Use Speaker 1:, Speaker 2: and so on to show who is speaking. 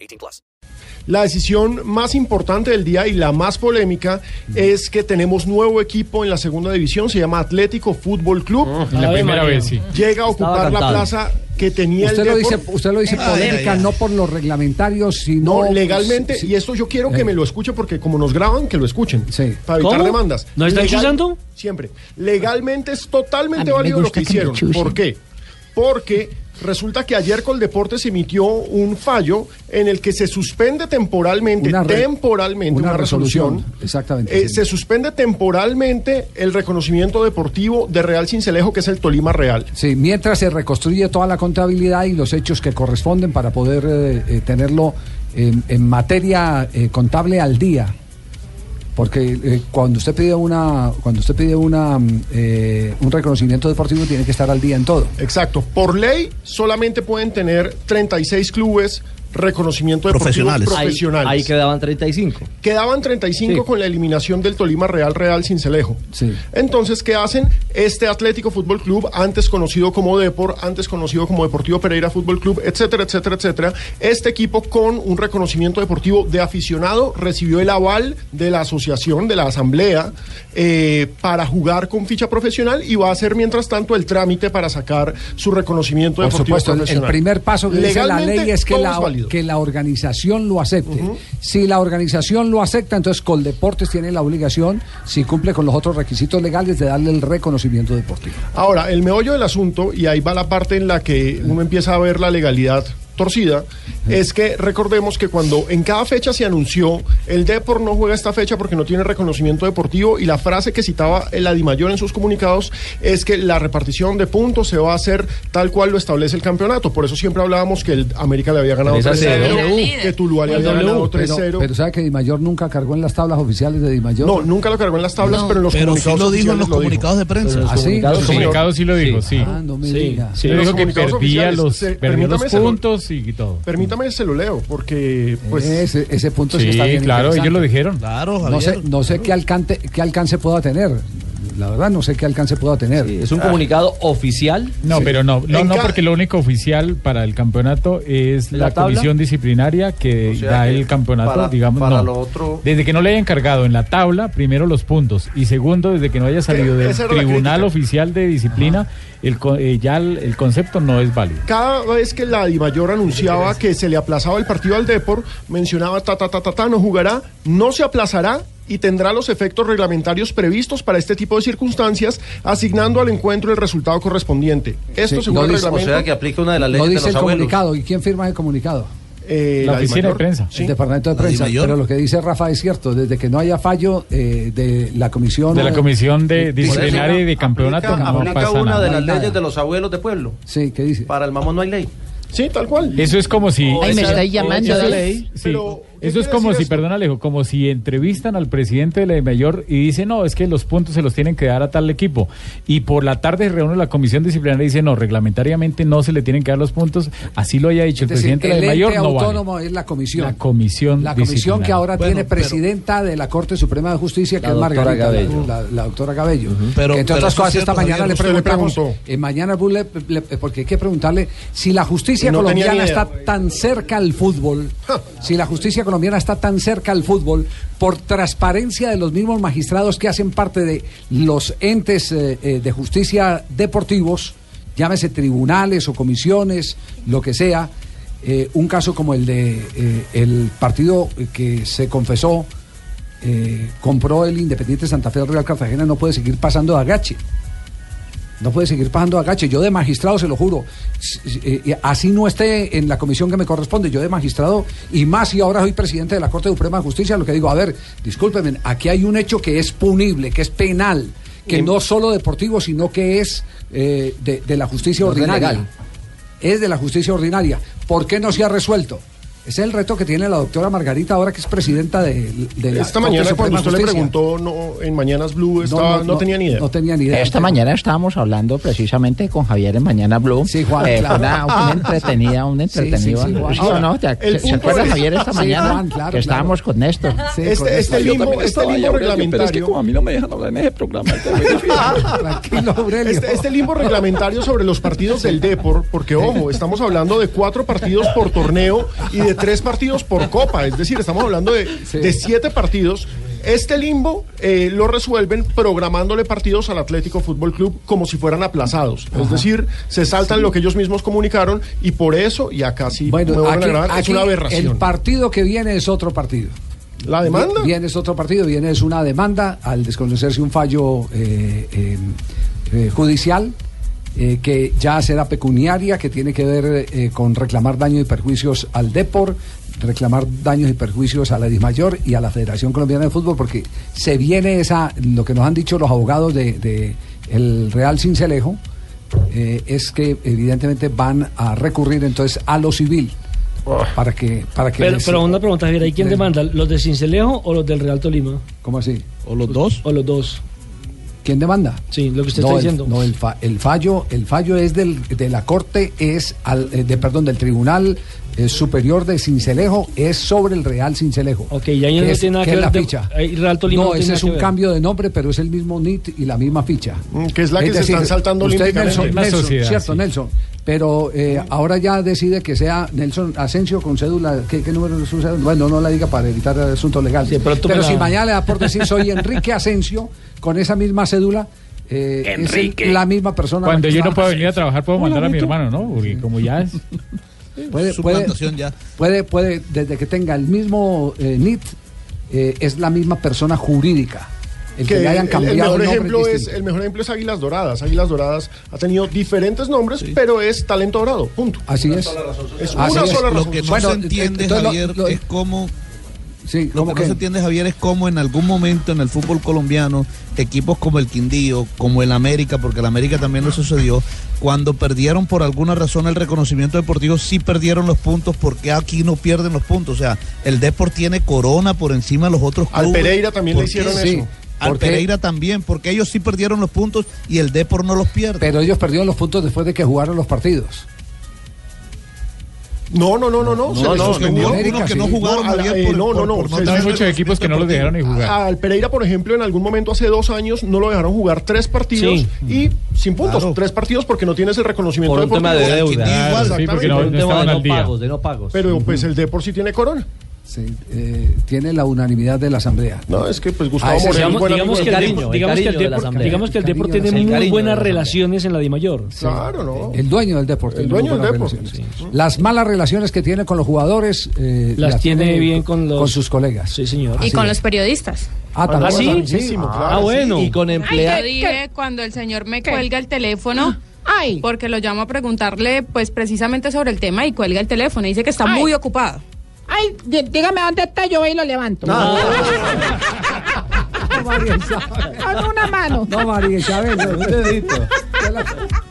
Speaker 1: 18 plus.
Speaker 2: La decisión más importante del día y la más polémica es que tenemos nuevo equipo en la segunda división, se llama Atlético Fútbol Club.
Speaker 3: Ah, La primera vez, sí.
Speaker 2: Llega a ocupar la
Speaker 4: cantado.
Speaker 2: plaza que tenía
Speaker 4: Usted
Speaker 2: el
Speaker 4: lo,
Speaker 2: Depor-
Speaker 4: dice, usted lo dice polémica, no por los reglamentarios, sino...
Speaker 2: Ah, no, legalmente,
Speaker 4: Sí,
Speaker 2: y esto yo quiero que me lo escuche porque como nos graban, que lo escuchen.
Speaker 4: Sí.
Speaker 2: Para evitar
Speaker 5: ¿Cómo?
Speaker 2: demandas.
Speaker 5: ¿No están chuzando?
Speaker 2: Siempre. Legalmente es totalmente
Speaker 6: A mí me
Speaker 2: válido lo
Speaker 6: gusta
Speaker 2: que
Speaker 6: que me
Speaker 2: hicieron.
Speaker 6: chusen.
Speaker 2: ¿Por qué? Porque resulta que ayer Coldeportes emitió un fallo en el que se suspende temporalmente,
Speaker 4: Una re-
Speaker 2: temporalmente, una,
Speaker 4: una
Speaker 2: resolución.
Speaker 4: resolución, exactamente,
Speaker 2: Eh,
Speaker 4: sí.
Speaker 2: Se suspende temporalmente el reconocimiento deportivo de Real Cincelejo, que es el Tolima Real.
Speaker 4: Sí, mientras se reconstruye toda la contabilidad y los hechos que corresponden para poder eh, eh, tenerlo en, en materia eh, contable al día. Porque eh, cuando usted pide una cuando usted pide una mm, eh, un reconocimiento deportivo tiene que estar al día en todo.
Speaker 2: Exacto. Por ley solamente pueden tener 36 clubes reconocimiento deportivo
Speaker 7: Profesionales.
Speaker 5: Ahí,
Speaker 2: profesionales.
Speaker 5: ahí quedaban 35.
Speaker 2: Quedaban 35
Speaker 5: Sí.
Speaker 2: con la eliminación del Tolima Real Real Cincelejo.
Speaker 4: Sí.
Speaker 2: Entonces, ¿qué hacen? Este Atlético Fútbol Club, antes conocido como Depor, antes conocido como Deportivo Pereira Fútbol Club, etcétera, etcétera, etcétera, este equipo con un reconocimiento deportivo de aficionado recibió el aval de la asociación, de la asamblea, eh, para jugar con ficha profesional y va a hacer mientras tanto el trámite para sacar su reconocimiento
Speaker 4: Por
Speaker 2: deportivo
Speaker 4: supuesto, el- el
Speaker 2: profesional.
Speaker 4: primer paso que dice la
Speaker 2: Legalmente,
Speaker 4: ley es que
Speaker 2: todo
Speaker 4: la,
Speaker 2: válido.
Speaker 4: que la organización lo acepte. Si la organización lo acepta, entonces Coldeportes tiene la obligación, si cumple con los otros requisitos legales, de darle el reconocimiento deportivo.
Speaker 2: Ahora, el meollo del asunto, y ahí va la parte en la que uno empieza a ver la legalidad torcida, es que recordemos que cuando en cada fecha se anunció, el Depor no juega esta fecha porque no tiene reconocimiento deportivo, y la frase que citaba el Adimayor en sus comunicados es que la repartición de puntos se va a hacer tal cual lo establece el campeonato. Por eso siempre hablábamos que el América le había ganado
Speaker 5: 3 a 0,
Speaker 2: 3-0, que Tuluá le
Speaker 5: Al
Speaker 2: había ganado
Speaker 5: W,
Speaker 4: Pero,
Speaker 2: 3-0.
Speaker 4: pero sabe que Di Mayor nunca cargó en las tablas oficiales de Di Mayor.
Speaker 2: No, nunca lo cargó en las tablas, pero en los
Speaker 7: Pero sí
Speaker 2: comunicados
Speaker 7: lo dijo
Speaker 2: oficiales
Speaker 7: en los
Speaker 2: lo dijo.
Speaker 7: comunicados de prensa.
Speaker 4: ¿Ah, sí?
Speaker 3: Los
Speaker 2: señor.
Speaker 3: comunicados sí lo dijo, sí.
Speaker 4: Ah, no me diga.
Speaker 3: Sí,
Speaker 2: Los
Speaker 3: dijo que
Speaker 2: comunicados
Speaker 3: perdía
Speaker 2: oficiales,
Speaker 3: los,
Speaker 2: se-
Speaker 3: perdía los
Speaker 2: permítame, se lo-
Speaker 3: puntos y todo.
Speaker 2: Permítame, se lo leo, porque pues...
Speaker 4: ese, ese punto sí,
Speaker 3: Sí,
Speaker 4: está bien
Speaker 3: claro,
Speaker 4: interesante.
Speaker 3: ellos lo dijeron.
Speaker 7: Claro,
Speaker 4: No sé,
Speaker 7: Javier.
Speaker 4: no sé qué, alcance, qué alcance pueda tener. La verdad, no sé qué alcance pueda tener.
Speaker 5: Es un comunicado oficial.
Speaker 3: No, pero no, no,
Speaker 2: En
Speaker 3: no,
Speaker 2: ca-
Speaker 3: porque lo único oficial para el campeonato es
Speaker 5: ¿La
Speaker 3: la,
Speaker 5: tabla?
Speaker 3: comisión disciplinaria que
Speaker 8: O sea,
Speaker 3: da
Speaker 8: que
Speaker 3: el campeonato,
Speaker 8: para-
Speaker 3: digamos,
Speaker 8: para
Speaker 3: no.
Speaker 8: lo otro-
Speaker 3: Desde que no le hayan cargado en la tabla, primero los puntos, y segundo, desde que no haya salido del
Speaker 2: esa era la
Speaker 3: Tribunal
Speaker 2: crítica.
Speaker 3: Oficial de Disciplina, el, co- eh, ya el, el concepto no es válido.
Speaker 2: Cada vez que la Dimayor anunciaba que se le aplazaba el partido al Depor, mencionaba ta ta ta ta ta, no jugará, no se aplazará y tendrá los efectos reglamentarios previstos para este tipo de circunstancias, asignando al encuentro el resultado correspondiente. Esto
Speaker 4: Sí,
Speaker 2: según
Speaker 4: no
Speaker 2: el
Speaker 4: dice-
Speaker 8: O
Speaker 2: reglamento.
Speaker 8: sea que aplica una de las leyes
Speaker 4: no
Speaker 8: de
Speaker 4: dice
Speaker 8: los
Speaker 4: el
Speaker 8: abuelos.
Speaker 4: comunicado. ¿Y quién firma el comunicado?
Speaker 2: eh,
Speaker 3: La oficina de
Speaker 2: Dimayor.
Speaker 3: prensa.
Speaker 2: Sí.
Speaker 4: El Departamento de
Speaker 7: La Di
Speaker 4: Prensa.
Speaker 7: Mayor.
Speaker 4: Pero lo que dice Rafa es cierto. Desde que no haya fallo eh, de la comisión.
Speaker 3: De la comisión de
Speaker 4: Por eso,
Speaker 3: disciplinaria y de campeonato
Speaker 8: Aplica,
Speaker 3: no
Speaker 8: aplica
Speaker 3: pasa
Speaker 8: una de
Speaker 3: nada.
Speaker 8: las
Speaker 4: Nada.
Speaker 8: leyes de los abuelos de pueblo.
Speaker 4: Sí, ¿qué dice?
Speaker 8: Para el mamón no hay ley.
Speaker 2: Sí, tal cual.
Speaker 3: Eso es como si...
Speaker 8: O
Speaker 6: Ay, me
Speaker 8: esa-
Speaker 6: estáis
Speaker 8: o
Speaker 6: llamando,
Speaker 8: esa
Speaker 6: ¿eh?
Speaker 8: ley.
Speaker 3: Sí,
Speaker 2: Pero, ¿qué
Speaker 3: eso es
Speaker 2: quiere
Speaker 3: como
Speaker 2: decir
Speaker 3: si,
Speaker 2: esto?
Speaker 3: perdón Alejo, como si entrevistan al presidente de la de mayor y dice, no, es que los puntos se los tienen que dar a tal equipo. Y por la tarde se reúne la comisión disciplinaria y dice, no, reglamentariamente no se le tienen que dar los puntos. Así lo haya dicho
Speaker 4: Es
Speaker 3: el
Speaker 4: decir,
Speaker 3: presidente de la de
Speaker 4: el
Speaker 3: mayor,
Speaker 4: ente
Speaker 3: no vale.
Speaker 4: autónomo es la comisión.
Speaker 3: La comisión
Speaker 4: La comisión que
Speaker 3: disciplinaria.
Speaker 4: ahora
Speaker 7: Bueno,
Speaker 4: tiene
Speaker 7: pero-
Speaker 4: presidenta de la Corte Suprema de Justicia, que
Speaker 5: La
Speaker 4: es
Speaker 5: doctora
Speaker 4: Margarita, la-
Speaker 5: Cabello.
Speaker 4: La, la doctora Cabello.
Speaker 7: Pero-
Speaker 4: Que entre
Speaker 7: pero
Speaker 4: otras
Speaker 7: eso
Speaker 4: cosas,
Speaker 7: es
Speaker 4: esta
Speaker 7: cierto,
Speaker 4: mañana
Speaker 7: Javier,
Speaker 4: le
Speaker 2: usted le
Speaker 4: preguntamos,
Speaker 2: preguntó.
Speaker 4: eh, mañana Blue le- le- porque hay que preguntarle si la justicia
Speaker 2: No tenía
Speaker 4: colombiana
Speaker 2: ni idea.
Speaker 4: está tan cerca al fútbol, si la justicia colombiana está tan cerca al fútbol, por transparencia de los mismos magistrados que hacen parte de los entes eh, eh, de justicia deportivos, llámese tribunales o comisiones, lo que sea, eh, un caso como el de eh, el partido que se confesó eh, compró el Independiente Santa Fe al Real Cartagena no puede seguir pasando de agache. No puede seguir pasando agache. Yo de magistrado, se lo juro, s- s- eh, eh, así no esté en la comisión que me corresponde, yo de magistrado, y más si ahora soy presidente de la Corte Suprema de Justicia, lo que digo, a ver, discúlpenme, aquí hay un hecho que es punible, que es penal, que no solo deportivo, sino que es eh, de, de la justicia
Speaker 5: Orden
Speaker 4: ordinaria.
Speaker 5: legal.
Speaker 4: Es de la justicia ordinaria. ¿Por qué no se ha resuelto? Ese es el reto que tiene la doctora Margarita ahora que es presidenta de, de la
Speaker 2: Esta
Speaker 4: Corte
Speaker 2: mañana cuando usted
Speaker 4: Suprema de
Speaker 2: le
Speaker 4: Justicia.
Speaker 2: preguntó no, en Mañanas Blue,
Speaker 4: No,
Speaker 2: estaba, no, tenía ni idea.
Speaker 4: No tenía ni idea.
Speaker 6: Esta mañana estábamos hablando precisamente con Javier en Mañana Blue.
Speaker 4: Sí, Juan,
Speaker 6: Eh,
Speaker 4: claro.
Speaker 6: una, una entretenida, un
Speaker 4: Sí, sí, sí,
Speaker 6: entretenido.
Speaker 4: Juan.
Speaker 6: Sí, o no, ¿Te-
Speaker 2: Ahora, el
Speaker 6: ¿Se, se
Speaker 2: punto
Speaker 6: acuerda
Speaker 2: es-
Speaker 6: Javier esta
Speaker 4: Sí,
Speaker 6: mañana?
Speaker 4: Juan, claro,
Speaker 6: que estábamos con Néstor.
Speaker 4: Sí, con
Speaker 2: Este,
Speaker 4: esto.
Speaker 2: este limbo, este limbo reglamentario.
Speaker 5: mí no me dejan hablar en ese programa.
Speaker 4: Tranquilo, Aurelio.
Speaker 2: Este, este limbo reglamentario sobre los partidos del Depor, porque ojo, estamos hablando de cuatro partidos por torneo y de tres partidos por copa, es decir, estamos hablando de, de siete partidos. Este limbo eh, lo resuelven programándole partidos al Atlético Fútbol Club como si fueran aplazados. Es decir, se saltan lo que ellos mismos comunicaron y por eso, y acá sí
Speaker 4: bueno,
Speaker 2: me vuelven
Speaker 4: aquí-
Speaker 2: a grabar, es
Speaker 4: aquí
Speaker 2: una
Speaker 4: el
Speaker 2: aberración.
Speaker 4: partido que viene es otro partido.
Speaker 2: ¿La demanda?
Speaker 4: Viene es otro partido, viene es una demanda al desconocerse un fallo eh, eh, eh, judicial eh, que ya será pecuniaria, que tiene que ver eh, con reclamar daños y perjuicios al Depor, reclamar daños y perjuicios a la Dismayor y a la Federación Colombiana de Fútbol, porque se viene esa, lo que nos han dicho los abogados de, de el Real Cincelejo, eh, es que evidentemente van a recurrir entonces a lo civil. Para que, para que
Speaker 7: Oh. Pero,
Speaker 4: les-
Speaker 7: pero una pregunta, Javier, ¿ahí quién demanda? ¿Los de Cincelejo o los del Real Tolima?
Speaker 4: ¿Cómo así?
Speaker 5: ¿O los dos?
Speaker 7: ¿O los dos?
Speaker 4: ¿Quién demanda?
Speaker 7: Sí, lo que usted
Speaker 4: no,
Speaker 7: está
Speaker 4: el-
Speaker 7: diciendo.
Speaker 4: no, el, fa- el fallo, el fallo es del, de la corte, es al- eh, de perdón, del tribunal eh, superior de Cincelejo, es sobre el Real Cincelejo.
Speaker 7: Ok, y ahí no
Speaker 4: es-
Speaker 7: tiene nada que
Speaker 4: es
Speaker 7: ver de-
Speaker 4: la ficha.
Speaker 7: ahí Real Tolima
Speaker 4: no,
Speaker 7: no tiene
Speaker 4: ese
Speaker 7: nada
Speaker 4: es
Speaker 7: que
Speaker 4: un
Speaker 7: ver.
Speaker 4: cambio de nombre, pero es el mismo NIT y la misma ficha.
Speaker 2: Mm, que es la que se están saltando
Speaker 4: usted,
Speaker 2: olímpicamente.
Speaker 4: Nelson,
Speaker 3: La
Speaker 4: Nelson,
Speaker 3: sociedad,
Speaker 4: cierto,
Speaker 3: sí.
Speaker 4: Nelson. Pero eh, ahora ya decide que sea Nelson Asensio con cédula. ¿Qué, qué número es su cédula? Bueno, no la diga para evitar asuntos legales.
Speaker 7: Sí, pero tú me
Speaker 4: pero
Speaker 7: la-
Speaker 4: si mañana le da por decir soy Enrique Asensio con esa misma cédula, eh, es el- la misma persona. a la
Speaker 3: Cuando
Speaker 4: que
Speaker 3: yo no
Speaker 4: estaba-
Speaker 3: pueda venir a trabajar, puedo mandar a mi hermano, ¿no? Porque como ya es.
Speaker 4: Puede,
Speaker 9: Su
Speaker 4: puede,
Speaker 9: plantación ya.
Speaker 4: puede, puede, desde que tenga el mismo eh, NIT, eh, es la misma persona jurídica. El que,
Speaker 2: que
Speaker 4: le hayan
Speaker 2: el- el
Speaker 4: cambiado
Speaker 2: mejor
Speaker 4: el nombre
Speaker 2: ejemplo es
Speaker 4: distinto.
Speaker 2: el mejor ejemplo es Águilas Doradas. Águilas Doradas ha tenido diferentes nombres, pero es talento dorado. Punto.
Speaker 4: Así es.
Speaker 2: Es
Speaker 4: Así
Speaker 2: una
Speaker 4: es.
Speaker 2: sola razón.
Speaker 9: Lo que no
Speaker 4: Bueno,
Speaker 9: se entiende,
Speaker 4: entonces lo-
Speaker 9: Javier,
Speaker 4: lo-
Speaker 9: es cómo.
Speaker 4: Sí,
Speaker 9: Lo
Speaker 4: ¿cómo
Speaker 9: que no
Speaker 4: que?
Speaker 9: se entiende, Javier, es cómo en algún momento en el fútbol colombiano, equipos como el Quindío, como el América, porque el América también lo sucedió, cuando perdieron por alguna razón el reconocimiento deportivo, sí perdieron los puntos, porque aquí no pierden los puntos. O sea, el Deport tiene corona por encima de los otros
Speaker 2: Al
Speaker 9: clubes.
Speaker 2: Pereira también le
Speaker 9: ¿Por qué?
Speaker 2: hicieron
Speaker 4: Sí,
Speaker 2: eso.
Speaker 9: Al
Speaker 4: porque-
Speaker 9: Pereira también, porque ellos sí perdieron los puntos y el Deport no los pierde.
Speaker 4: Pero ellos perdieron los puntos después de que jugaron los partidos.
Speaker 2: No, no, no, no, no. se
Speaker 9: No,
Speaker 2: le
Speaker 9: no,
Speaker 2: suspendió.
Speaker 9: hubo algunos que
Speaker 4: sí.
Speaker 9: no jugaron
Speaker 2: No, a la-
Speaker 9: Javier,
Speaker 2: eh,
Speaker 9: por-
Speaker 2: no,
Speaker 9: por-
Speaker 2: no, no,
Speaker 9: por
Speaker 2: se-
Speaker 3: Hay
Speaker 9: tener
Speaker 3: muchos equipos que no los dejaron ni jugar.
Speaker 2: A- Al Pereira, por ejemplo, en algún momento hace dos años no lo dejaron jugar tres partidos y sin puntos.
Speaker 9: Claro.
Speaker 2: Tres partidos porque no tienes el reconocimiento
Speaker 5: Por un tema de
Speaker 2: deportivo.
Speaker 5: deuda.
Speaker 9: Igual,
Speaker 3: Sí, porque
Speaker 2: exactamente.
Speaker 3: no,
Speaker 5: Por
Speaker 3: no
Speaker 5: un tema de
Speaker 3: estaban al
Speaker 5: no
Speaker 3: día.
Speaker 5: pagos, de no pagos.
Speaker 2: Pero pues el Depor sí tiene corona.
Speaker 4: Sí, eh, tiene la unanimidad de la Asamblea.
Speaker 2: No, es que pues
Speaker 4: Ah,
Speaker 2: Gustavo
Speaker 4: ese
Speaker 2: Moreno.
Speaker 7: digamos,
Speaker 2: buen
Speaker 7: digamos
Speaker 2: amigo
Speaker 7: que
Speaker 2: del
Speaker 7: el
Speaker 5: cariño,
Speaker 2: Depor.
Speaker 5: el
Speaker 7: Depor- digamos que el
Speaker 5: cariño de la
Speaker 7: Depor-
Speaker 5: Asamblea.
Speaker 7: digamos que el
Speaker 4: El
Speaker 7: Depor
Speaker 4: cariño de
Speaker 7: tiene
Speaker 4: la
Speaker 7: muy
Speaker 5: Asamblea.
Speaker 7: buenas relaciones en la Di Mayor.
Speaker 2: Claro, no.
Speaker 4: El dueño del deporte.
Speaker 2: El
Speaker 4: tiene
Speaker 2: dueño
Speaker 4: muy
Speaker 2: del
Speaker 4: buenas
Speaker 2: Depor,
Speaker 4: relaciones. Las malas relaciones que tiene con los jugadores eh,
Speaker 7: Las tiene bien con los-
Speaker 4: sus colegas.
Speaker 7: Sí, señor.
Speaker 10: Y
Speaker 4: Así
Speaker 10: con
Speaker 4: es.
Speaker 10: los periodistas.
Speaker 4: Ah, también.
Speaker 7: ¿Ah, sí?
Speaker 2: Muchísimo, claro,
Speaker 7: Ah,
Speaker 2: sí.
Speaker 7: bueno.
Speaker 5: Y
Speaker 3: em-
Speaker 5: con
Speaker 10: Yo
Speaker 5: empleados.
Speaker 10: dije cuando el señor me cuelga el teléfono. Porque lo llamo a preguntarle, pues precisamente sobre el tema y cuelga el teléfono. y Dice que está muy ocupado.
Speaker 6: Ay, dígame dónde está yo y lo levanto.
Speaker 7: Ah.
Speaker 4: No, María Isabel. No, María Isabel. no. Yo la-